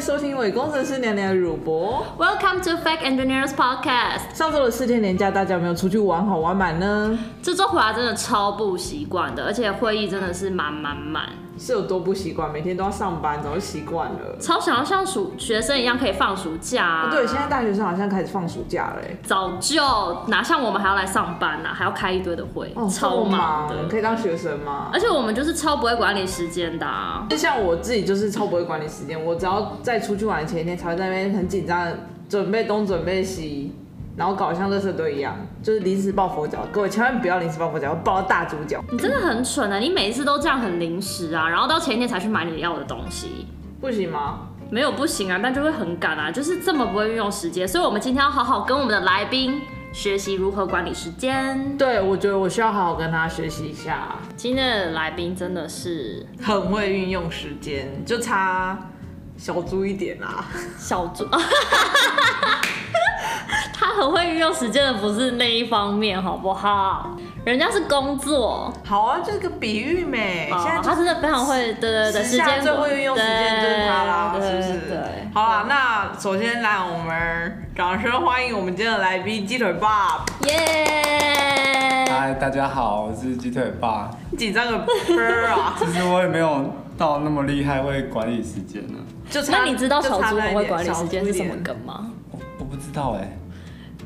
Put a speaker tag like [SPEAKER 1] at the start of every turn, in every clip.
[SPEAKER 1] 收听伪工程师娘娘乳博。
[SPEAKER 2] Welcome to Fake Engineers Podcast。
[SPEAKER 1] 上周的四天年假，大家有没有出去玩好玩满呢？
[SPEAKER 2] 这周回来真的超不习惯的，而且会议真的是满满满，
[SPEAKER 1] 是有多不习惯？每天都要上班，早就习惯了。
[SPEAKER 2] 超想要像暑学生一样可以放暑假、啊
[SPEAKER 1] 啊对，现在大学生好像开始放暑假了欸、
[SPEAKER 2] 早就哪像我们还要来上班呐、还要开一堆的会，
[SPEAKER 1] 哦，这
[SPEAKER 2] 超
[SPEAKER 1] 么
[SPEAKER 2] 忙
[SPEAKER 1] 忙，
[SPEAKER 2] 的。
[SPEAKER 1] 可以当学生吗？
[SPEAKER 2] 而且我们就是超不会管理时间的、啊，
[SPEAKER 1] 就像我自己就是超不会管理时间，我只要在出去玩的前一天才会在那边很紧张，准备东准备西，然后搞得像垃圾堆一样，就是临时抱佛脚。各位千万不要临时抱佛脚，会抱到大主角。
[SPEAKER 2] 你真的很蠢啊！你每一次都这样很临时啊，然后到前一天才去买你要的东西。
[SPEAKER 1] 不行吗？
[SPEAKER 2] 没有不行啊，但就会很赶啊，就是这么不会运用时间，所以我们今天要好好跟我们的来宾学习如何管理时间。
[SPEAKER 1] 对，我觉得我需要好好跟他学习一下，
[SPEAKER 2] 今天的来宾真的是
[SPEAKER 1] 很会运用时间，就差小猪一点啊啦。
[SPEAKER 2] 小猪， 他很会运用时间的，不是那一方面，好不好？人家是工作，
[SPEAKER 1] 好啊，这个比喻美，哎现在
[SPEAKER 2] 哦
[SPEAKER 1] 就
[SPEAKER 2] 他真呃的非常会，对对对，时
[SPEAKER 1] 时下
[SPEAKER 2] 间
[SPEAKER 1] 最会运用时间就是他啦，
[SPEAKER 2] 对
[SPEAKER 1] 是不是？
[SPEAKER 2] 对对，
[SPEAKER 1] 好啦，那首先来我们掌声欢迎我们今天的来宾鸡腿爸，
[SPEAKER 2] 耶！
[SPEAKER 3] 嗨，大家好，我是鸡腿爸。
[SPEAKER 1] 紧张个啵儿 啊！
[SPEAKER 3] 其实我也没有到那么厉害，会管理时间呢、
[SPEAKER 1] 就差
[SPEAKER 2] 那你知道小猪很会管理时间是什么？
[SPEAKER 1] 就差那一点小猪一点
[SPEAKER 2] 梗吗？
[SPEAKER 3] 我我不知道哎、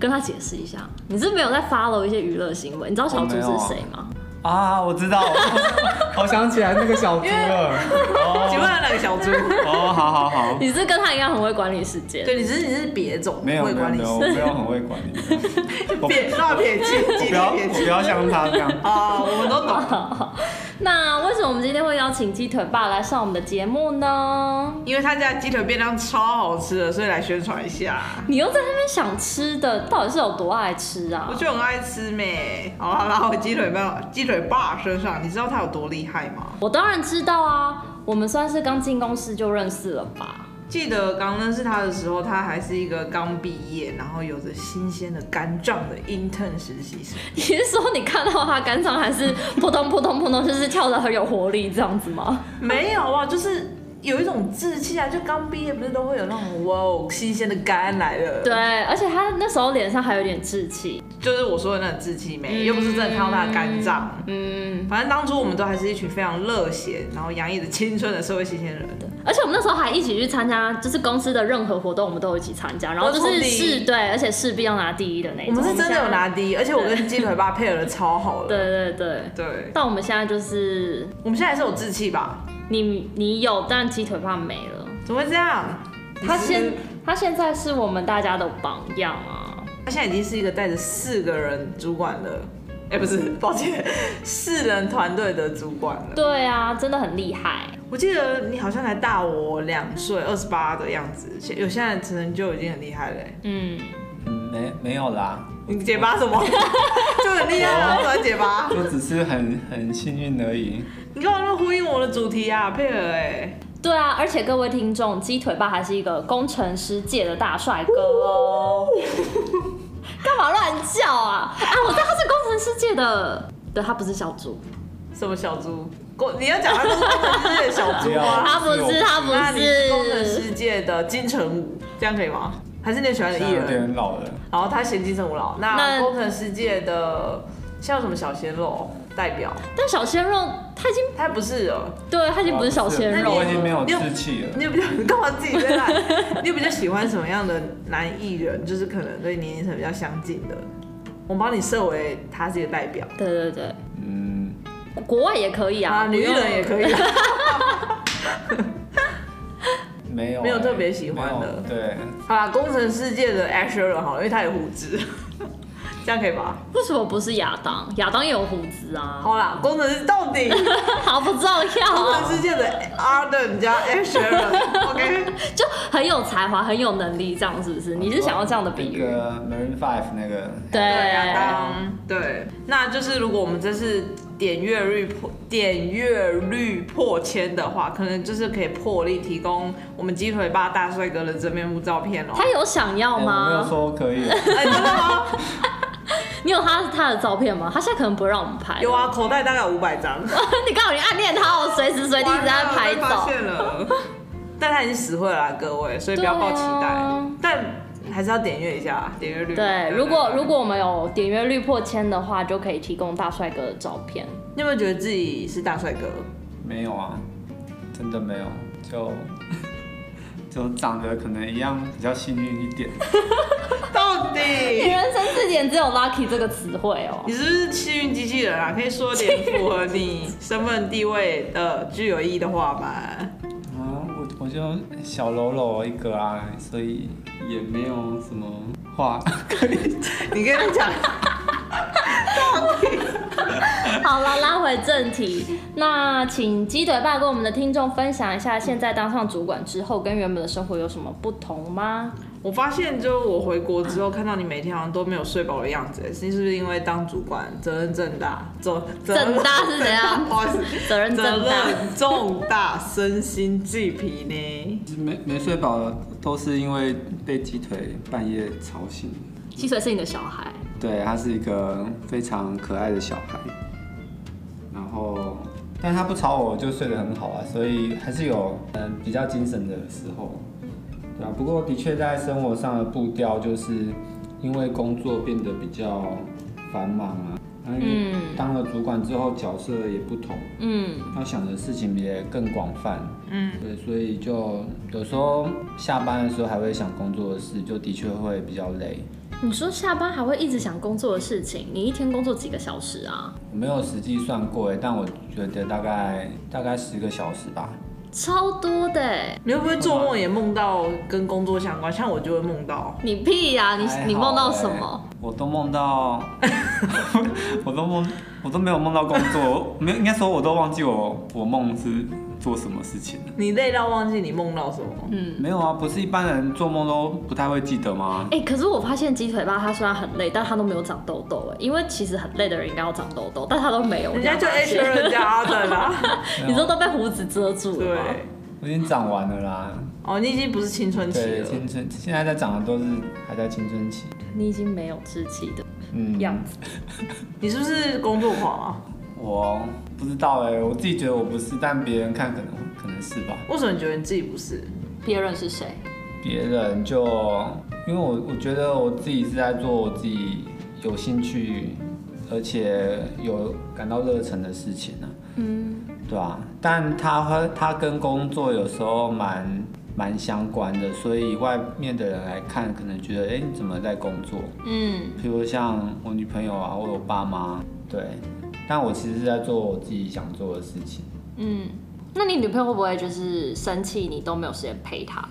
[SPEAKER 2] 跟他解释一下，你是没有在 follow 一些娱乐新闻，你知道小猪
[SPEAKER 3] 我没有
[SPEAKER 2] 是
[SPEAKER 3] 啊
[SPEAKER 2] 谁
[SPEAKER 1] 哦
[SPEAKER 2] 吗？
[SPEAKER 3] 啊，我知道， 我我想起来那个小猪了。
[SPEAKER 1] 请问
[SPEAKER 3] 哦，
[SPEAKER 1] 有哪个小猪？
[SPEAKER 3] 哦，好好好，
[SPEAKER 2] 你是跟他一样很会管理时间，
[SPEAKER 1] 对，你只是你是别种
[SPEAKER 3] 没有
[SPEAKER 1] 会
[SPEAKER 3] 没有
[SPEAKER 1] 管理
[SPEAKER 3] 没
[SPEAKER 1] 时
[SPEAKER 3] 有，
[SPEAKER 1] 间
[SPEAKER 3] 我没有很会管理。我
[SPEAKER 1] 别乱撇清，
[SPEAKER 3] 我
[SPEAKER 1] 极
[SPEAKER 3] 不
[SPEAKER 1] 力
[SPEAKER 3] 要
[SPEAKER 1] 撇
[SPEAKER 3] 我
[SPEAKER 1] 清
[SPEAKER 3] 不要像他这样。
[SPEAKER 1] 啊，我们都懂，
[SPEAKER 2] 那为什么我们今天会邀请鸡腿爸来上我们的节目呢？
[SPEAKER 1] 因为他家鸡腿便当超好吃的，所以来宣传一下。
[SPEAKER 2] 你又在那边想吃的，到底是有多爱吃啊
[SPEAKER 1] 我？就很爱吃咩，好啦，拉回鸡腿爸，鸡腿爸身上，你知道他有多厉害吗？
[SPEAKER 2] 我当然知道啊，我们算是刚进公司就认识了吧？
[SPEAKER 1] 记得刚认识他的时候，他还是一个刚毕业，然后有着新鲜的肝脏的 intern 实习生。
[SPEAKER 2] 你是说你看到他肝脏还是扑通扑通扑通，就是跳得很有活力这样子吗？
[SPEAKER 1] 没有啊，就是有一种志气啊，就刚毕业不是都会有那种哇哦，新鲜的肝来了。
[SPEAKER 2] 对，，而且他那时候脸上还有点稚气，
[SPEAKER 1] 就是我说的那种志气没，又不是真的看到他的肝脏。
[SPEAKER 2] 嗯，
[SPEAKER 1] 反正当初我们都还是一群非常热血，然后洋溢着青春的社会新鲜人。
[SPEAKER 2] 而且我们那时候还一起去参加，就是公司的任何活动，我们都有一起参加，然后就
[SPEAKER 1] 我从
[SPEAKER 2] 是
[SPEAKER 1] 第一
[SPEAKER 2] 是对，而且势必要拿第一的那一
[SPEAKER 1] 我
[SPEAKER 2] 种。
[SPEAKER 1] 们是真的有拿第一，而且我跟鸡腿爸配合的超好的。
[SPEAKER 2] 对对对，
[SPEAKER 1] 对，
[SPEAKER 2] 但我们现在就是
[SPEAKER 1] 我们现在还是有志气吧？
[SPEAKER 2] 你你有，但鸡腿胖没了。
[SPEAKER 1] 怎么会这样？
[SPEAKER 2] 他
[SPEAKER 1] 你是
[SPEAKER 2] 现他现在是我们大家的榜样啊！
[SPEAKER 1] 他现在已经是一个带着四个人主管的，哎、不是，抱歉，四人团队的主管了。
[SPEAKER 2] 对啊，真的很厉害。
[SPEAKER 1] 我记得你好像才大我两岁，二十八的样子，现有现在的成就已经很厉害了、欸。
[SPEAKER 2] 嗯，
[SPEAKER 3] 嗯，没没有啦，
[SPEAKER 1] 你结巴什么？就很厉害啊，突然结巴。
[SPEAKER 3] 就只是很很幸运而已。
[SPEAKER 1] 你干嘛那么呼应我的主题啊？配合哎、
[SPEAKER 2] 对啊，而且各位听众，鸡腿爸还是一个工程师界的大帅哥哦。干嘛乱叫啊？啊，我知道他是工程师界的，对他不是小猪，
[SPEAKER 1] 什么小猪？工你要讲他是工程师界的小猪吗？
[SPEAKER 2] 他不是，他不
[SPEAKER 1] 那你是工程
[SPEAKER 2] 是。
[SPEAKER 1] 师界的金城武，这样可以吗？还是你喜欢的
[SPEAKER 3] 现
[SPEAKER 1] 艺
[SPEAKER 3] 在有
[SPEAKER 1] 人？
[SPEAKER 3] 点老了，
[SPEAKER 1] 然后他嫌金城武老，那
[SPEAKER 2] 那
[SPEAKER 1] 工程师界的像什么小鲜肉代表，
[SPEAKER 2] 但小鲜肉他已经
[SPEAKER 1] 他不是哦。
[SPEAKER 2] 对他已经不是小鲜
[SPEAKER 1] 那
[SPEAKER 2] 肉
[SPEAKER 1] 你
[SPEAKER 2] 了，
[SPEAKER 3] 我已经没有
[SPEAKER 1] 你有
[SPEAKER 3] 志气了。
[SPEAKER 1] 你有比较你干嘛自己在那？ 你有比较喜欢什么样的男艺人？就是可能对年龄层比较相近的，我帮你设为他是一个代表
[SPEAKER 2] 对对对，
[SPEAKER 3] 嗯，
[SPEAKER 2] 国外也可以啊，
[SPEAKER 1] 啊，女艺人也可以。
[SPEAKER 3] 没有欸、
[SPEAKER 1] 没有特别喜欢的
[SPEAKER 3] 没有对，
[SPEAKER 1] 好啦，工程师界的 a s h e r 好了，因为他有胡子， 这样可以吧？
[SPEAKER 2] 为什么不是亚当？亚当也有胡子啊，
[SPEAKER 1] 好啦，工程师到底
[SPEAKER 2] 好不重
[SPEAKER 1] 工
[SPEAKER 2] 要，啊
[SPEAKER 1] 程师界的 Arden 加 a s h e r o k
[SPEAKER 2] 就很有才华，很有能力，这样是不是？你是想要这样的比
[SPEAKER 3] 那
[SPEAKER 2] 喻？
[SPEAKER 3] 个 Maroon Five 那个，
[SPEAKER 2] 对，
[SPEAKER 1] 亚当，对，那就是如果我们这次点阅率破点阅率破千的话，可能就是可以破例提供我们鸡腿爸大帅哥的真面目照片哦。
[SPEAKER 2] 他有想要
[SPEAKER 3] 哎我没有
[SPEAKER 2] 吗？
[SPEAKER 3] 说可以，啊
[SPEAKER 1] 哎，真的吗？
[SPEAKER 2] 你有他他的照片吗？他现在可能不会让我们拍。
[SPEAKER 1] 有，啊，口袋大概五百张。
[SPEAKER 2] 你刚好你暗恋他，我随时随地一直在拍
[SPEAKER 1] 完了被发
[SPEAKER 2] 照。
[SPEAKER 1] 现了。但他已经死会了啦，各位，所以不要抱期待。
[SPEAKER 2] 对啊
[SPEAKER 1] 但还是要点阅一下啊，点阅率。
[SPEAKER 2] 对，如果如果我们有点阅率破千的话，就可以提供大帅哥的照 片。
[SPEAKER 1] 你有没有觉得自己是大帅 哥？
[SPEAKER 3] 没有啊，真的没有，就 就长得可能一样比较幸运一点。
[SPEAKER 1] 到
[SPEAKER 2] 你
[SPEAKER 1] 底
[SPEAKER 2] 人生字典只有 lucky 这个词汇哦
[SPEAKER 1] 你。是不是幸运机器人啊？可以说点符合你身份地位的具有意义的话吗？
[SPEAKER 3] 啊，我我就小喽啰一个啊，所以也没有什么话 可以
[SPEAKER 1] 你跟他 讲，
[SPEAKER 2] 好了，拉回正题，那请鸡腿爸跟我们的听众分享一下，现在当上主管之后跟原本的生活有什么不同吗？
[SPEAKER 1] 我发现就是我回国之后，看到你每天好像都没有睡饱的样子，你是不是因为当主管责任正大？责
[SPEAKER 2] 正大是怎 样
[SPEAKER 1] 不好意思，
[SPEAKER 2] 责任
[SPEAKER 1] 责
[SPEAKER 2] 正大。
[SPEAKER 1] 任重大，身心俱疲呢？
[SPEAKER 3] 没没睡饱，都是因为被鸡腿半夜吵醒。
[SPEAKER 2] 鸡腿是你的小孩，
[SPEAKER 3] 对，他是一个非常可爱的小孩，然后，但他不吵我就睡得很好啊，所以还是有嗯比较精神的时候，对啊。不过的确在生活上的步调，就是因为工作变得比较繁忙啊，那因为
[SPEAKER 2] 嗯
[SPEAKER 3] 当了主管之后角色也不同，
[SPEAKER 2] 嗯，
[SPEAKER 3] 要想的事情也更广泛，
[SPEAKER 1] 嗯，
[SPEAKER 3] 对，所以就有时候下班的时候还会想工作的事，就的确会比较累。
[SPEAKER 2] 你说下班还会一直想工作的事情，你一天工作几个小时啊？
[SPEAKER 3] 我没有实际算过哎，但我觉得大概大概十个小时吧。
[SPEAKER 2] 超多的欸、
[SPEAKER 1] 你会不会做梦也梦到跟工作相关？像我就会梦到，
[SPEAKER 2] 你屁呀、你
[SPEAKER 3] 还好
[SPEAKER 2] 你梦到
[SPEAKER 3] 欸
[SPEAKER 2] 什么？？
[SPEAKER 3] 我都梦到， 我都梦，我都没有梦到工作，没有应该说我都忘记我我梦是做什么事情了。
[SPEAKER 1] 你累到忘记你梦到什么。
[SPEAKER 2] 嗯
[SPEAKER 3] 没有啊，不是一般人做梦都不太会记得吗？
[SPEAKER 2] 哎、可是我发现鸡腿爸他虽然很累，但他都没有长痘痘哎，因为其实很累的人应该要长痘痘，但他都没有。
[SPEAKER 1] 人家就
[SPEAKER 2] 我发
[SPEAKER 1] H
[SPEAKER 2] 现
[SPEAKER 1] 人家的 啦，
[SPEAKER 2] 你说都被胡子遮住了吗？
[SPEAKER 1] 对，
[SPEAKER 3] 我已经长完了啦。
[SPEAKER 1] 哦，你已经不是青春期
[SPEAKER 3] 对，
[SPEAKER 1] 了，
[SPEAKER 3] 青春现在在长的都是还在青春期。
[SPEAKER 2] 你已经没有稚气的
[SPEAKER 3] 嗯，
[SPEAKER 2] 样子。
[SPEAKER 1] 你是不是工作狂啊？
[SPEAKER 3] 我不知道哎、我自己觉得我不是，但别人看可能可能是吧。
[SPEAKER 1] 为什么你觉得你自己不是？
[SPEAKER 2] 别人是谁？
[SPEAKER 3] 别人就因为我我觉得我自己是在做我自己有兴趣，而且有感到热忱的事情啊，
[SPEAKER 2] 嗯，
[SPEAKER 3] 对啊，但它和它跟工作有时候蛮蛮相关的，所以外面的人来看，可能觉得哎、诶你怎么在工作？
[SPEAKER 2] 嗯，
[SPEAKER 3] 譬如像我女朋友啊，或者我爸妈，对，但我其实是在做我自己想做的事情，
[SPEAKER 2] 嗯。那你女朋友会不会就是生气，你都没有时间陪她？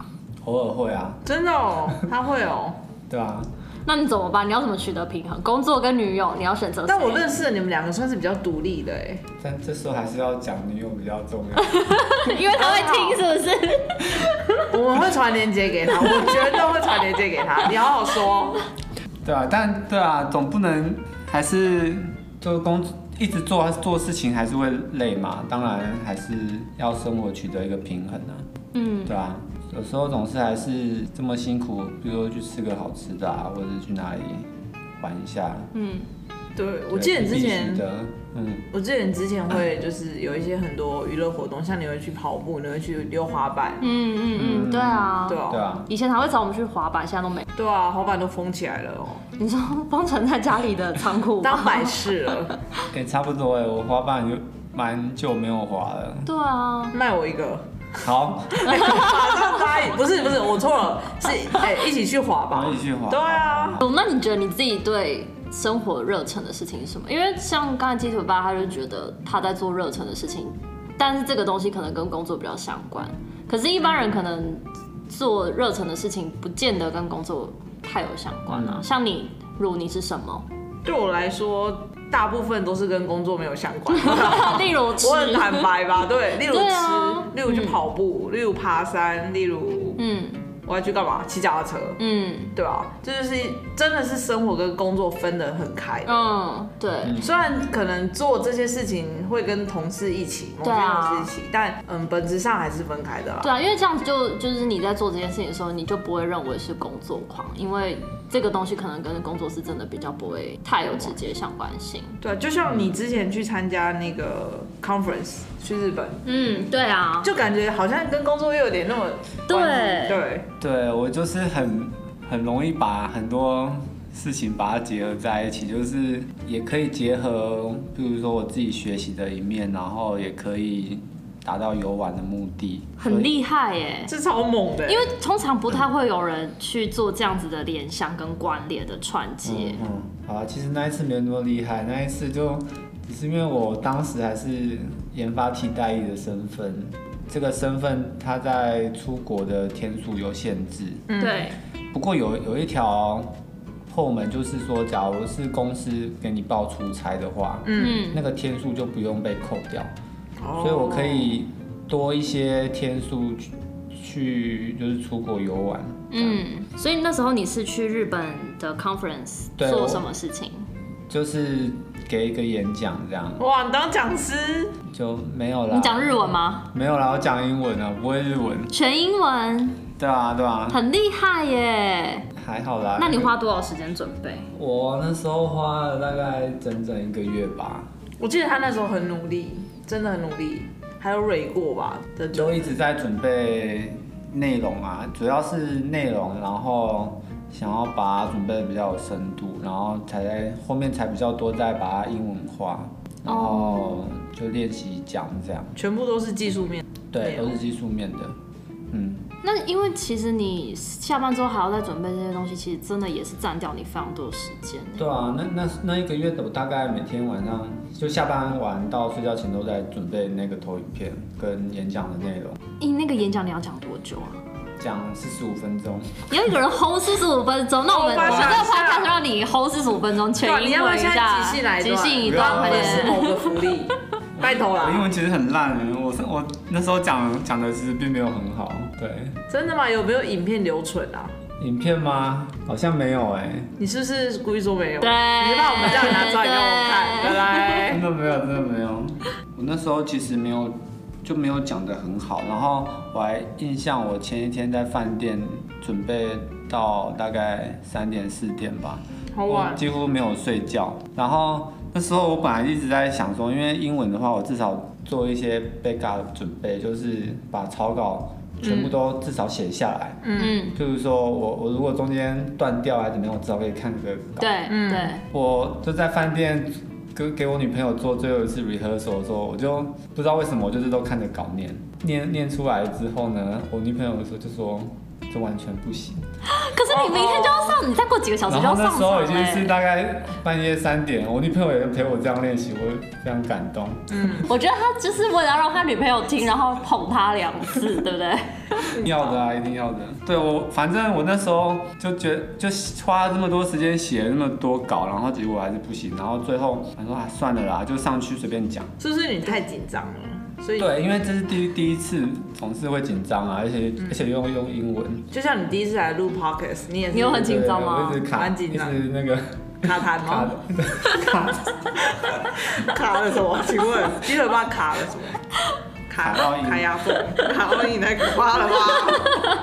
[SPEAKER 3] 偶尔会啊，
[SPEAKER 1] 真的哦，他会哦。
[SPEAKER 3] 对啊，
[SPEAKER 2] 那你怎么办？你要怎么取得平衡？工作跟女友，你要选择谁？
[SPEAKER 1] 但我认识的你们两个算是比较独立的哎，
[SPEAKER 3] 但这时候还是要讲女友比较重要。
[SPEAKER 2] 因为她会听，是不是？
[SPEAKER 1] 我们会传链接给他，我绝对会传链接给他，你好好说。
[SPEAKER 3] 对啊，但对啊，总不能还是做工一直做做事情还是会累嘛。当然还是要生活取得一个平衡啊，
[SPEAKER 2] 嗯，
[SPEAKER 3] 对啊，有时候总是还是这么辛苦，比如说去吃个好吃的啊，或者是去哪里玩一下。
[SPEAKER 2] 嗯，
[SPEAKER 1] 对，我记得你之
[SPEAKER 3] 对必须
[SPEAKER 1] 前，
[SPEAKER 3] 的，嗯，
[SPEAKER 1] 我记得你之前会就是有一些很多娱乐活动，像你会去跑步，你会去溜滑板，
[SPEAKER 2] 嗯嗯嗯，对啊，
[SPEAKER 1] 对
[SPEAKER 3] 对
[SPEAKER 1] 啊，
[SPEAKER 3] 啊，
[SPEAKER 2] 以前还会找我们去滑板，现在都没。
[SPEAKER 1] 对啊，滑板都封起来了哦，
[SPEAKER 2] 你说封存在家里的仓库吗
[SPEAKER 1] 当 摆饰了，
[SPEAKER 3] 也、差不多哎，我滑板就蛮久没有滑了。
[SPEAKER 2] 对啊，
[SPEAKER 1] 卖我一个。
[SPEAKER 3] 好，
[SPEAKER 1] 马上答应，不是不是，我错了，是哎、一起去滑吧
[SPEAKER 3] 我，哦们一起去滑。
[SPEAKER 1] 对啊，
[SPEAKER 2] 哦，那你觉得你自己对生活热忱的事情是什么？因为像刚才鸡腿爸，他就觉得他在做热忱的事情，但是这个东西可能跟工作比较相关。可是，一般人可能做热忱的事情，不见得跟工作太有相关啊。
[SPEAKER 3] 嗯
[SPEAKER 2] 像你，如你是什么？
[SPEAKER 1] 对我来说，大部分都是跟工作没有相 关。
[SPEAKER 2] 例如吃
[SPEAKER 1] 我，很坦白吧，对，例如
[SPEAKER 2] 对
[SPEAKER 1] 吃，
[SPEAKER 2] 啊
[SPEAKER 1] 例如去跑步，例如爬山，例如
[SPEAKER 2] 嗯
[SPEAKER 1] 我要去干嘛？骑脚踏车，
[SPEAKER 2] 嗯
[SPEAKER 1] 对吧、这就是真的是生活跟工作分得很开的。
[SPEAKER 2] 嗯，对，
[SPEAKER 1] 虽然可能做这些事情会跟同事一起，某些
[SPEAKER 2] 对啊
[SPEAKER 1] 同事一起，但嗯，本质上还是分开的啦。
[SPEAKER 2] 对啊，因为这样子就就是你在做这件事情的时候，你就不会认为是工作狂，因为这个东西可能跟工作室真的比较不会太有直接相关性。
[SPEAKER 1] 对，啊就像你之前去参加那个 conference 去日本，
[SPEAKER 2] 嗯，对啊，
[SPEAKER 1] 就感觉好像跟工作又有点那么关系
[SPEAKER 2] 对
[SPEAKER 1] 对，
[SPEAKER 3] 对我就是很很容易把很多事情把它结合在一起，就是也可以结合，比如说我自己学习的一面，然后也可以达到游玩的目的。嗯
[SPEAKER 2] 很厉害耶。
[SPEAKER 1] 是超猛的，
[SPEAKER 2] 因为通常不太会有人去做这样子的联想跟关联的串接
[SPEAKER 3] 嗯。嗯，好啊，其实那一次没有那么厉害，那一次就只是因为我当时还是研发替代役的身份，这个身份它在出国的天数有限制。
[SPEAKER 1] 嗯
[SPEAKER 2] 对，
[SPEAKER 3] 不过有有一条后门，就是说，假如是公司给你报出差的话，
[SPEAKER 1] 嗯，
[SPEAKER 2] 嗯，
[SPEAKER 3] 那个天数就不用被扣掉，
[SPEAKER 1] 哦
[SPEAKER 3] 所以我可以多一些天数去去就是出国游玩。
[SPEAKER 2] 嗯，所以那时候你是去日本的 conference
[SPEAKER 3] 对
[SPEAKER 2] 做
[SPEAKER 3] 我
[SPEAKER 2] 什么事情？
[SPEAKER 3] 就是给一个演讲这样
[SPEAKER 1] 哇，你当讲师，
[SPEAKER 3] 就没有啦
[SPEAKER 2] 你，讲日文吗？
[SPEAKER 3] 没有啦，我讲英文啊，我不会日文。
[SPEAKER 2] 全英文，
[SPEAKER 3] 对啊，对啊，
[SPEAKER 2] 很厉害耶！
[SPEAKER 3] 还好啦。
[SPEAKER 2] 那你花多少时间准备？
[SPEAKER 3] 我那时候花了大概整整一个月吧，
[SPEAKER 1] 我记得他那时候很努力，真的很努力，还有蕊过吧的
[SPEAKER 3] 就一直在准备内容啊，主要是内容，然后想要把它准备的比较有深度，然后才在后面才比较多再把它英文化，然后就练习讲这样，
[SPEAKER 1] 全部都是技术面，内
[SPEAKER 3] 对，
[SPEAKER 1] 容
[SPEAKER 3] 都是技术面的，嗯，
[SPEAKER 2] 那因为其实你下班之后还要再准备这些东西，其实真的也是占掉你非常多时间。
[SPEAKER 3] 对啊，那那那一个月我大概每天晚上就下班完到睡觉前都在准备那个投影片跟演讲的内容，
[SPEAKER 2] 你那个演讲你要讲多久啊？
[SPEAKER 3] 讲四十五分钟，
[SPEAKER 2] 你要一个人 hold 四十五分钟，那我们
[SPEAKER 1] 我发
[SPEAKER 2] 我们
[SPEAKER 1] 现
[SPEAKER 2] 这个
[SPEAKER 1] 是啊
[SPEAKER 2] podcast 让你 hold 四十五分钟，全
[SPEAKER 1] 对，你
[SPEAKER 2] 英
[SPEAKER 1] 要不要
[SPEAKER 2] 文一
[SPEAKER 1] 现
[SPEAKER 2] 下，
[SPEAKER 1] 在即兴来
[SPEAKER 2] 即兴一
[SPEAKER 3] 不要
[SPEAKER 2] 段，
[SPEAKER 1] 段，或者
[SPEAKER 2] 快
[SPEAKER 3] 不要
[SPEAKER 1] 是
[SPEAKER 2] 点。
[SPEAKER 1] 某个福利， 拜托
[SPEAKER 3] 我英
[SPEAKER 1] 啦，
[SPEAKER 3] 文其实很烂，我我那时候讲讲的其实并没有很好，对。
[SPEAKER 1] 真的吗？有没有影片留存啊？
[SPEAKER 3] 影片吗？好像没有哎、
[SPEAKER 1] 你是不是故意说没有？
[SPEAKER 2] 对
[SPEAKER 1] 你就把我们叫你拿出来给我看，
[SPEAKER 2] 对
[SPEAKER 1] 拜拜
[SPEAKER 3] 真。的没有，真的没有。我那时候其实没有，就没有讲得很好。然后我还印象，我前一天在饭店准备到大概三点四点吧，
[SPEAKER 1] 好
[SPEAKER 3] 我
[SPEAKER 1] 晚，
[SPEAKER 3] 几乎没有睡觉。然后那时候我本来一直在想说，因为英文的话，我至少做一些 backup 的准备，就是把草稿全部都至少写下来。
[SPEAKER 2] 嗯，
[SPEAKER 3] 就是说我我如果中间断掉还是怎么样，我至少可以看个稿。
[SPEAKER 2] 对
[SPEAKER 1] 嗯
[SPEAKER 2] 对，
[SPEAKER 3] 我就在饭店跟给我女朋友做最后一次 rehearsal 的时候，我就不知道为什么，我就是都看着稿念，念念出来之后呢，我女朋友说就说这完全不行。
[SPEAKER 2] 可是你明天就要上，你再过几个小时
[SPEAKER 3] 然
[SPEAKER 2] 就要
[SPEAKER 3] 后那
[SPEAKER 2] 上欸
[SPEAKER 3] 时
[SPEAKER 2] 场
[SPEAKER 3] 候已经是
[SPEAKER 2] 嘞。
[SPEAKER 3] 大概半夜三点，我女朋友也陪我这样练习，我非常感动。
[SPEAKER 2] 我觉得他就是为了要让他女朋友听，然后捧他两次，对 不对？
[SPEAKER 3] 要的啊，
[SPEAKER 1] 嗯
[SPEAKER 3] 一定要的。对我，反正我那时候就觉得，就花了这么多时间写了那么多稿，然后结果还是不行，然后最后我说啊，算了啦，就上去随便讲。
[SPEAKER 1] 是不是你太紧张了？所以
[SPEAKER 3] 对，因为这是第一第一次，总是会紧张
[SPEAKER 1] 嗯
[SPEAKER 3] 啊，而且、而且用用英文，
[SPEAKER 1] 就像你第一次来录 podcast，你也是
[SPEAKER 2] 你有很紧张
[SPEAKER 3] 对
[SPEAKER 2] 吗
[SPEAKER 3] 我一直卡，
[SPEAKER 1] 蛮紧张哦
[SPEAKER 3] 一直那个
[SPEAKER 1] 卡痰
[SPEAKER 3] 卡
[SPEAKER 1] 吗？
[SPEAKER 3] 的，卡
[SPEAKER 1] 卡了什么？请问鸡腿爸卡了什么？卡
[SPEAKER 3] 卡到音
[SPEAKER 1] 卡牙缝，卡到你太可怕了 吧？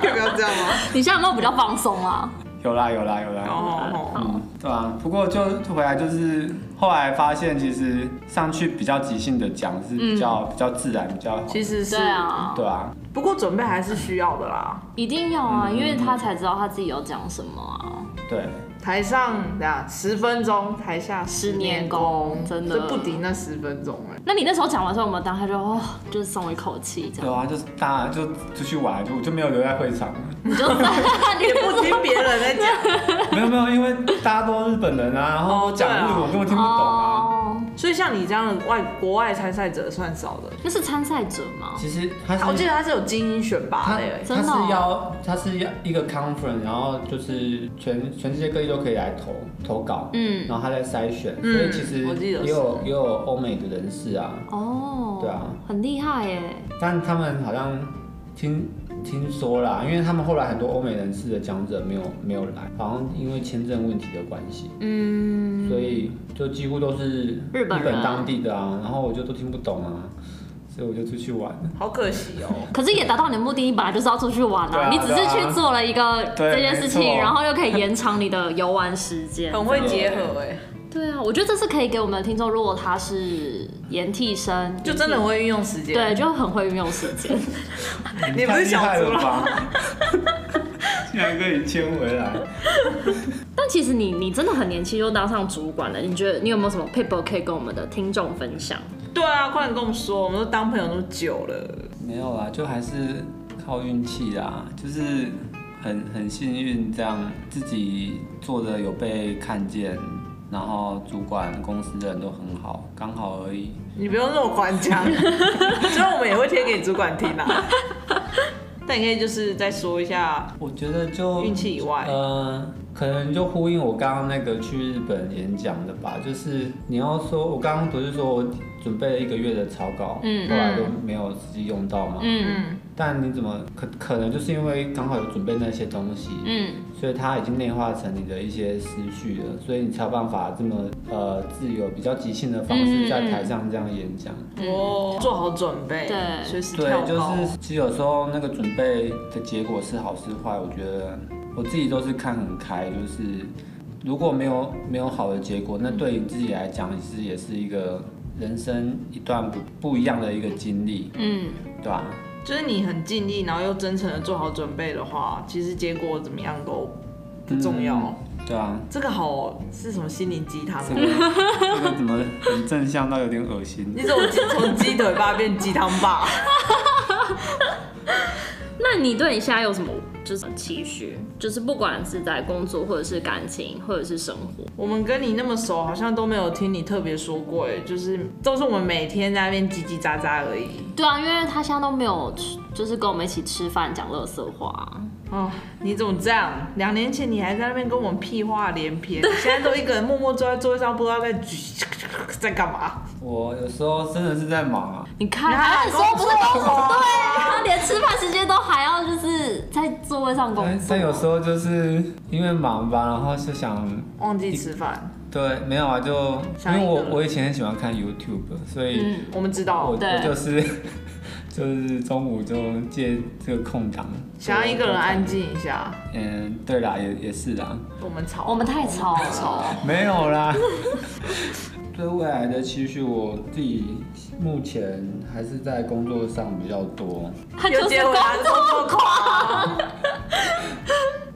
[SPEAKER 1] 可以不要这样吗？
[SPEAKER 2] 你现在有没有比较放松啊？
[SPEAKER 3] 有啦有啦有啦。
[SPEAKER 1] 哦，
[SPEAKER 3] 嗯，对啊，不过就回来就是后来发现，其实上去比较即兴的讲是比较、比较自然，比较好。
[SPEAKER 1] 嗯其实是
[SPEAKER 2] 对，啊，
[SPEAKER 3] 对啊，
[SPEAKER 1] 不过准备还是需要的啦。
[SPEAKER 2] 一定要啊，因为他才知道他自己要讲什么
[SPEAKER 1] 嗯
[SPEAKER 2] 啊。
[SPEAKER 3] 对，
[SPEAKER 1] 台上呀十分钟，台下十年功，
[SPEAKER 2] 十年功真的
[SPEAKER 1] 这不敌那十分钟哎、
[SPEAKER 2] 那你那时候讲完之后，我们当下就哦，就是松一口气这
[SPEAKER 3] 对
[SPEAKER 2] 样，
[SPEAKER 3] 啊，就是大家就出去玩，就我就没有留在会场 了。
[SPEAKER 2] 你就你
[SPEAKER 1] 也不
[SPEAKER 2] 就
[SPEAKER 1] 听别人在 讲，
[SPEAKER 3] 没有没有，因为大家都是日本人啊，然后
[SPEAKER 1] 哦
[SPEAKER 3] 讲
[SPEAKER 1] 对啊
[SPEAKER 3] 日文我根本听不懂啊。
[SPEAKER 2] 哦，
[SPEAKER 1] 所以像你这样的外国外参赛者算少的。
[SPEAKER 2] 那是参赛者吗？
[SPEAKER 3] 其实他
[SPEAKER 2] 嗯
[SPEAKER 1] 我记
[SPEAKER 3] 是
[SPEAKER 1] 得他是有精英选拔
[SPEAKER 3] 他
[SPEAKER 1] 的、欸，
[SPEAKER 2] 真
[SPEAKER 3] 他
[SPEAKER 2] 的哦
[SPEAKER 3] 是要他是要一个 conference，然后就是全全世界各地都可以来投投稿，
[SPEAKER 2] 嗯，
[SPEAKER 3] 然后他在筛选，
[SPEAKER 1] 嗯
[SPEAKER 3] 所以其实
[SPEAKER 1] 我记得是
[SPEAKER 3] 也有也有欧美的人士啊，
[SPEAKER 2] 哦，
[SPEAKER 3] 对啊，
[SPEAKER 2] 很厉害耶。
[SPEAKER 3] 但他们好像听听说啦，因为他们后来很多欧美人士的讲者没有没有来，好像因为签证问题的关系，嗯，所以就几乎都是
[SPEAKER 2] 嗯日本人
[SPEAKER 3] 当地的啊，然后我就都听不懂啊，所以我就出去玩了。
[SPEAKER 1] 好可惜哦。
[SPEAKER 2] 可是也达到你的目的，你本来就是要出去玩
[SPEAKER 3] 对啊
[SPEAKER 2] 你只是去做了一个
[SPEAKER 3] 对啊
[SPEAKER 2] 这件事
[SPEAKER 3] 对没
[SPEAKER 2] 情，
[SPEAKER 3] 错
[SPEAKER 2] 然后又可以延长你的游玩时 间。
[SPEAKER 1] 很会结合哎，
[SPEAKER 2] 对啊，我觉得这是可以给我们的听众，如果他是研替生，
[SPEAKER 1] 就真的很会运用时间。
[SPEAKER 2] 对，就很会运用时 间。
[SPEAKER 1] 你不是小
[SPEAKER 3] 太厉害
[SPEAKER 1] 猪
[SPEAKER 3] 了
[SPEAKER 1] 啦？
[SPEAKER 3] 吧？竟然可以牵回来。
[SPEAKER 2] 但其实你你真的很年轻就当上主管了，你觉得你有没有什么 paper 可以跟我们的听众分享？
[SPEAKER 1] 对啊，快点跟我们说，我们都当朋友那么久了。
[SPEAKER 3] 没有啦，就还是靠运气啦，就是很很幸运，这样自己做的有被看见，然后主管、公司的人都很好，刚好而已。
[SPEAKER 1] 你不用那么官 腔，虽然我们也会贴给主管听啊。但你可以就是再说一下
[SPEAKER 3] 我觉得就
[SPEAKER 1] 运气以外，
[SPEAKER 3] 呃，可能就呼应我刚刚那个去日本演讲的吧，就是你要说，我刚刚不是说我准备了一个月的草稿，
[SPEAKER 2] 嗯
[SPEAKER 3] 后来都没有实际用到嘛，
[SPEAKER 2] 嗯
[SPEAKER 1] 嗯，
[SPEAKER 3] 但你怎么可可能就是因为刚好有准备那些东西，
[SPEAKER 2] 嗯，
[SPEAKER 3] 所以它已经内化成你的一些思绪了，所以你才有办法这么呃自由、比较即兴的方
[SPEAKER 2] 嗯嗯
[SPEAKER 3] 式在
[SPEAKER 2] 嗯
[SPEAKER 3] 台上这样演讲。
[SPEAKER 1] 哦，做好准备，
[SPEAKER 2] 对
[SPEAKER 1] 随时
[SPEAKER 3] 对
[SPEAKER 1] 跳，
[SPEAKER 3] 就
[SPEAKER 1] 高。
[SPEAKER 3] 是其实有时候那个准备的结果是好是坏，我觉得我自己都是看很开，就是如果没有没有好的结果，那对你自己来讲其实也是一个人生一段不不一样的一个经历，
[SPEAKER 2] 嗯，
[SPEAKER 3] 对啊吧、
[SPEAKER 1] 就是你很尽力，然后又真诚的做好准备的话，其实结果怎么样都不重要。
[SPEAKER 3] 对啊，
[SPEAKER 1] 这个好是什么心灵鸡汤？
[SPEAKER 3] 这个这个怎么很正向到有点恶心？
[SPEAKER 1] 你怎么鸡从鸡腿爸变鸡汤爸？
[SPEAKER 2] 那你对你现在有什么就是期许？就是不管是在工作，或者是感情，或者是生活，
[SPEAKER 1] 我们跟你那么熟，好像都没有听你特别说过，哎，就是都是我们每天在那边叽叽喳喳而已。
[SPEAKER 2] 对啊，因为他现在都没有吃，就是跟我们一起吃饭讲乐色话，
[SPEAKER 1] 哦，你怎么这样？两年前你还在那边跟我们屁话连篇， 现在都一个人默默坐在座位上，不知道在在干嘛。
[SPEAKER 3] 我有时候真的是在忙啊，
[SPEAKER 2] 你看，
[SPEAKER 1] 你还
[SPEAKER 2] 他
[SPEAKER 1] 在
[SPEAKER 2] 说不是工
[SPEAKER 1] 工作
[SPEAKER 2] 作，
[SPEAKER 1] 吗
[SPEAKER 2] 对啊，他连吃饭时间都还要就是在座位上工
[SPEAKER 3] 但
[SPEAKER 2] 作
[SPEAKER 3] 但。有时候就是因为忙吧，然后就想，
[SPEAKER 1] 忘记吃饭，
[SPEAKER 3] 对，没有啊，就因
[SPEAKER 1] 想一
[SPEAKER 3] 为
[SPEAKER 1] 个
[SPEAKER 3] 我我以前很喜欢看 YouTube，所以
[SPEAKER 2] 嗯
[SPEAKER 1] 我们知
[SPEAKER 3] 我、
[SPEAKER 1] 道，
[SPEAKER 3] 我
[SPEAKER 2] 对
[SPEAKER 3] 就是 就是中午就借这个空档，
[SPEAKER 1] 想要一个人安静一下。
[SPEAKER 3] 嗯，对啦，也也是啦，
[SPEAKER 1] 我们吵，
[SPEAKER 2] 我们太吵了，
[SPEAKER 3] 没 有啦。对未来的期许，我自己目前还是在工作上比较多，
[SPEAKER 2] 他就
[SPEAKER 1] 又
[SPEAKER 2] 是
[SPEAKER 1] 接回
[SPEAKER 2] 工
[SPEAKER 1] 来的工作狂。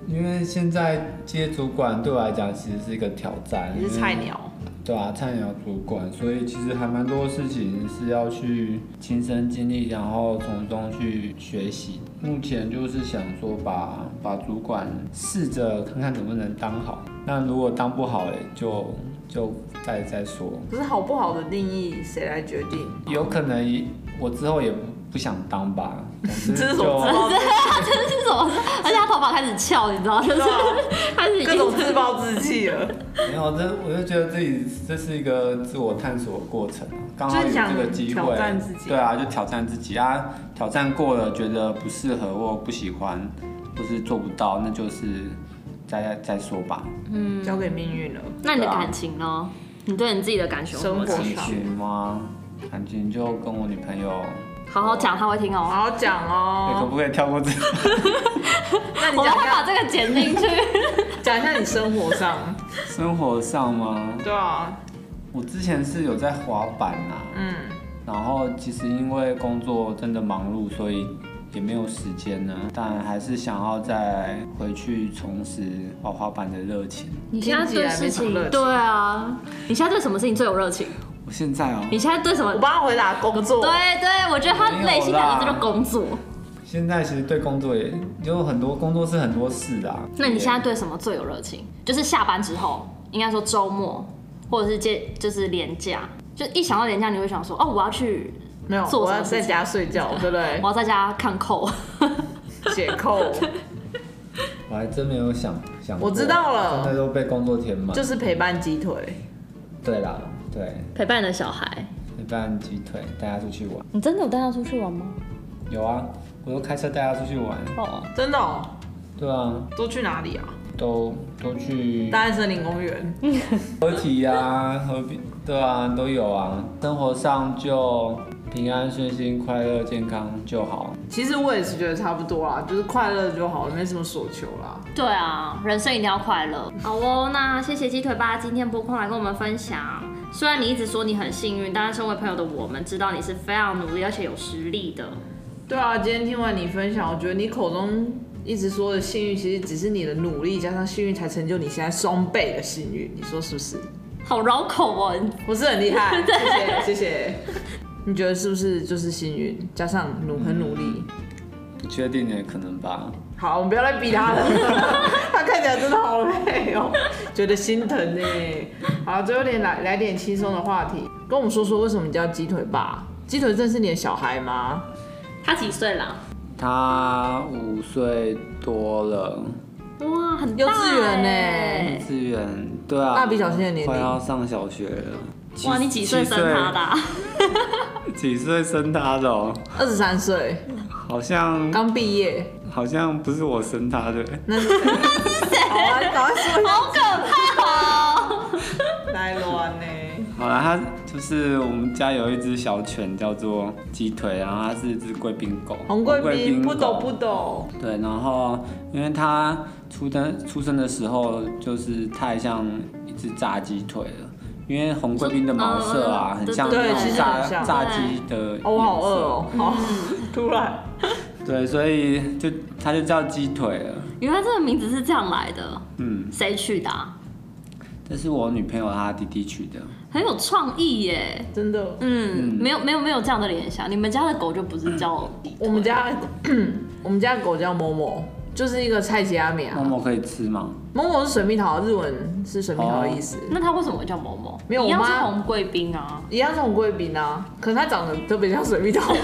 [SPEAKER 3] 因为现在接主管对我来讲其实是一个挑战，
[SPEAKER 1] 你是
[SPEAKER 3] 因为
[SPEAKER 1] 菜鸟，
[SPEAKER 3] 对啊，菜鸟主管，所以其实还蛮多事情是要去亲身经历，然后从中去学习。目前就是想说把把主管试着看看能不能当好，那如果当不好、哎，就就再再说。
[SPEAKER 1] 可是好不好的定义谁来决定？
[SPEAKER 3] 有可能也我之后也不想当 吧，总之
[SPEAKER 1] 这是什
[SPEAKER 3] 就
[SPEAKER 1] 么自暴自
[SPEAKER 2] 这是什么？而且他头发开始翘，你知道，就是
[SPEAKER 1] 弃？
[SPEAKER 2] 开 始已
[SPEAKER 1] 啊各种
[SPEAKER 2] 经
[SPEAKER 1] 自暴自弃了，
[SPEAKER 3] 没有这，我就觉得自己这是一个自我探索的过程，啊刚好有这个机
[SPEAKER 1] 就是想挑
[SPEAKER 3] 会
[SPEAKER 1] 战自，己
[SPEAKER 3] 对啊，就挑战自己啊，挑战过了觉得不适合或不喜欢，或是做不到，那就是再再说吧。
[SPEAKER 2] 嗯
[SPEAKER 1] 交给命运了。
[SPEAKER 2] 那你的
[SPEAKER 3] 对啊
[SPEAKER 2] 感情呢？你对你自己的感情有什么
[SPEAKER 1] 生活
[SPEAKER 2] 期
[SPEAKER 3] 感
[SPEAKER 1] 上
[SPEAKER 2] 许？
[SPEAKER 3] 情吗？感情就跟我女朋
[SPEAKER 1] 哦
[SPEAKER 3] 友，
[SPEAKER 2] 好好讲，他会听
[SPEAKER 1] 好
[SPEAKER 2] 哦。
[SPEAKER 1] 好讲
[SPEAKER 3] 你可
[SPEAKER 1] 哦，
[SPEAKER 3] 不可以跳过这个？
[SPEAKER 1] 那你
[SPEAKER 2] 我们
[SPEAKER 1] 讲一
[SPEAKER 2] 会
[SPEAKER 1] 下，
[SPEAKER 2] 把这个剪进去。
[SPEAKER 1] 讲一下你生活上，
[SPEAKER 3] 生活上吗？
[SPEAKER 1] 对啊，
[SPEAKER 3] 我之前是有在滑板啊，
[SPEAKER 1] 嗯，
[SPEAKER 3] 然后其实因为工作真的忙碌，所以也没有时间呢，但还是想要再回去重拾滑滑板的热情。
[SPEAKER 2] 你
[SPEAKER 1] 现在对事情
[SPEAKER 2] 对啊，你现在对什么事情最有热情？
[SPEAKER 3] 我现在哦、
[SPEAKER 2] 你现在对什么
[SPEAKER 1] 我？帮他回答工作，
[SPEAKER 2] 对对，我觉得他内心感觉就是工作。
[SPEAKER 3] 现在其实对工作也有很多工作是很多事的、啊。
[SPEAKER 2] 那你现在对什么最有热情？就是下班之后，应该说周末，或者是接就是连假，就一想到连假，你会想说，哦，我要去，
[SPEAKER 1] 没有，
[SPEAKER 2] 做
[SPEAKER 1] 我
[SPEAKER 2] 什么
[SPEAKER 1] 要
[SPEAKER 2] 事情
[SPEAKER 1] 在家睡觉，对不对
[SPEAKER 2] 我？要在家看扣。
[SPEAKER 1] 解 扣
[SPEAKER 3] 我还真没有想想过，
[SPEAKER 1] 我知道了
[SPEAKER 3] 真的都被工作填满。
[SPEAKER 1] 就是陪伴鸡腿，
[SPEAKER 3] 对啦，对，
[SPEAKER 2] 陪伴你的小孩。
[SPEAKER 3] 陪伴鸡腿，带他出去玩。
[SPEAKER 2] 你真的有带他出去玩吗？
[SPEAKER 3] 有啊，我都开车带他出去玩。
[SPEAKER 2] 哦，
[SPEAKER 1] 真的、哦，
[SPEAKER 3] 对啊，
[SPEAKER 1] 都去哪里啊？
[SPEAKER 3] 都都去
[SPEAKER 1] 大安森林公园，
[SPEAKER 3] 合体呀、啊，合体对啊，都有啊。生活上就平安顺心、快乐健康就好。
[SPEAKER 1] 其实我也是觉得差不多啦，就是快乐就好了，没什么所求啦。
[SPEAKER 2] 对啊，人生一定要快乐。好哦，那谢谢鸡腿爸今天拨空来跟我们分享。虽然你一直说你很幸运，但是身为朋友的我们知道你是非常努力而且有实力的。
[SPEAKER 1] 对啊，今天听完你分享，我觉得你口中一直说的幸运，其实只是你的努力加上幸运才成就你现在双倍的幸运，你说是不是？
[SPEAKER 2] 好绕口哦，
[SPEAKER 1] 不是很厉 害？谢谢谢谢。你觉得是不是就是幸运加上努很努力？
[SPEAKER 3] 不确定也可能吧。
[SPEAKER 1] 好，我们不要再逼他 了，他看起来真的好累哦，觉得心疼呢。好，最后点来来点轻松的话题，跟我们说说为什么你叫鸡腿爸？鸡腿真的是你的小孩吗？
[SPEAKER 2] 他几岁啦？
[SPEAKER 3] 他五岁多了，
[SPEAKER 2] 哇，很大
[SPEAKER 1] 幼稚园
[SPEAKER 2] 欸
[SPEAKER 1] 呢
[SPEAKER 3] 志远对啊，
[SPEAKER 1] 蜡笔小新的年龄
[SPEAKER 3] 快要上小学了。七
[SPEAKER 2] 哇，你几岁生他的、？啊？
[SPEAKER 3] 几岁几岁生他的、哦？
[SPEAKER 1] 二十三岁，
[SPEAKER 3] 好像
[SPEAKER 1] 刚毕业。
[SPEAKER 3] 好像不是我生他的，
[SPEAKER 1] 那是谁？好啊，赶快说一下。
[SPEAKER 2] 好可怕哦！
[SPEAKER 1] 来乱呢？
[SPEAKER 3] 好了，它就是我们家有一只小犬叫做鸡腿，然后它是一只贵宾狗，
[SPEAKER 1] 红贵宾
[SPEAKER 3] 狗
[SPEAKER 1] 不懂不懂，
[SPEAKER 3] 对，然后因为它出生出生的时候就是太像一只炸鸡腿了，因为红贵宾的毛色啊，
[SPEAKER 2] 嗯
[SPEAKER 3] 很像
[SPEAKER 1] 对
[SPEAKER 3] 那
[SPEAKER 1] 其实
[SPEAKER 3] 种
[SPEAKER 1] 很
[SPEAKER 3] 炸
[SPEAKER 1] 像
[SPEAKER 3] 炸鸡的颜色。
[SPEAKER 1] 哦，我好饿哦，好，突然。
[SPEAKER 3] 对，所以就它就叫鸡腿了。
[SPEAKER 2] 原来这个名字是这样来的，
[SPEAKER 3] 嗯，
[SPEAKER 2] 谁取的、啊？
[SPEAKER 3] 这是我女朋友她弟弟取的。
[SPEAKER 2] 很有创意耶。
[SPEAKER 1] 真的，
[SPEAKER 2] 嗯，没有没有没有这样的联想。你们家的狗就不是叫鸡腿
[SPEAKER 1] 我们家 我们家狗叫某某，就是一个菜奇阿米啊
[SPEAKER 3] 默。默可以吃吗？
[SPEAKER 1] 某某是水蜜桃，日文是水蜜桃的意思，
[SPEAKER 3] 哦
[SPEAKER 2] 那它为什么会叫某某？
[SPEAKER 1] 没有
[SPEAKER 2] 一样
[SPEAKER 1] 我
[SPEAKER 2] 是
[SPEAKER 1] 妈
[SPEAKER 2] 红贵宾啊。
[SPEAKER 1] 一样是红贵宾啊，可是它长得特别像水蜜 桃。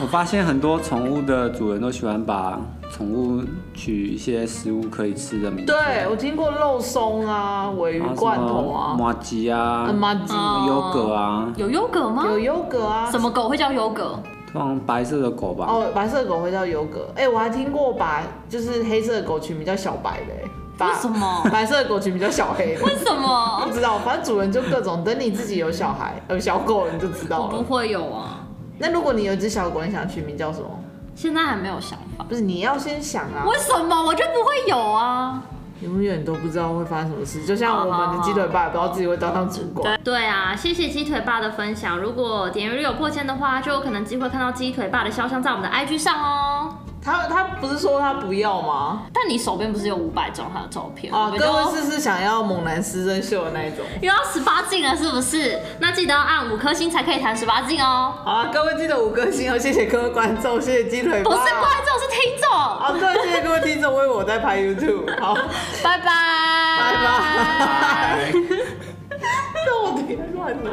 [SPEAKER 3] 我发现很多宠物的主人都喜欢把宠物取一些食物可以吃的名字，啊
[SPEAKER 1] 对，我听过肉松啊，尾鱼
[SPEAKER 3] 然后什么
[SPEAKER 1] 罐头啊，
[SPEAKER 3] 麻吉啊
[SPEAKER 1] 嗯，，麻吉，
[SPEAKER 2] 哦
[SPEAKER 3] 优格啊，
[SPEAKER 2] 有优格吗？
[SPEAKER 1] 有优格啊，
[SPEAKER 2] 什么狗会叫优格？
[SPEAKER 3] 通常白色的狗吧，
[SPEAKER 1] 哦，白色的狗会叫优格。哎、我还听过把就是黑色的狗取名叫小白的、欸，把
[SPEAKER 2] 为什么
[SPEAKER 1] 白色的狗取名叫小黑的？
[SPEAKER 2] 为什么
[SPEAKER 1] 不？知道，反正主人就各种。等你自己有小孩有小狗，你就知
[SPEAKER 2] 我
[SPEAKER 1] 道
[SPEAKER 2] 不
[SPEAKER 1] 了。
[SPEAKER 2] 会有啊，
[SPEAKER 1] 那如果你有一只小狗，你想取名叫什么？
[SPEAKER 2] 现在还没有想法。
[SPEAKER 1] 不是，你要先想啊。
[SPEAKER 2] 为什么我就不会有啊？
[SPEAKER 1] 永远都不知道会发生什么事，就像我们的鸡腿爸也不知道自己会当上主管。
[SPEAKER 2] 对对啊，谢谢鸡腿爸的分享。如果点阅率有破千的话，就有可能机会看到鸡腿爸的肖像在我们的 IG 上哦。
[SPEAKER 1] 他他不是说他不要吗？
[SPEAKER 2] 但你手边不是有五百张他的照片？
[SPEAKER 1] 啊，
[SPEAKER 2] 我们
[SPEAKER 1] 各位
[SPEAKER 2] 就是
[SPEAKER 1] 是想要猛男师生秀的那一种。
[SPEAKER 2] 又要十八禁了，是不是？那记得要按五颗星才可以弹十八禁哦。
[SPEAKER 1] 好啊，各位记得五颗星哦，谢谢各位观众，谢谢鸡腿爸。
[SPEAKER 2] 不是观众，是听众。
[SPEAKER 1] 啊，对，谢谢各位听众为我在拍 YouTube。好，
[SPEAKER 2] 拜拜，拜
[SPEAKER 1] 拜拜。到底在乱弄？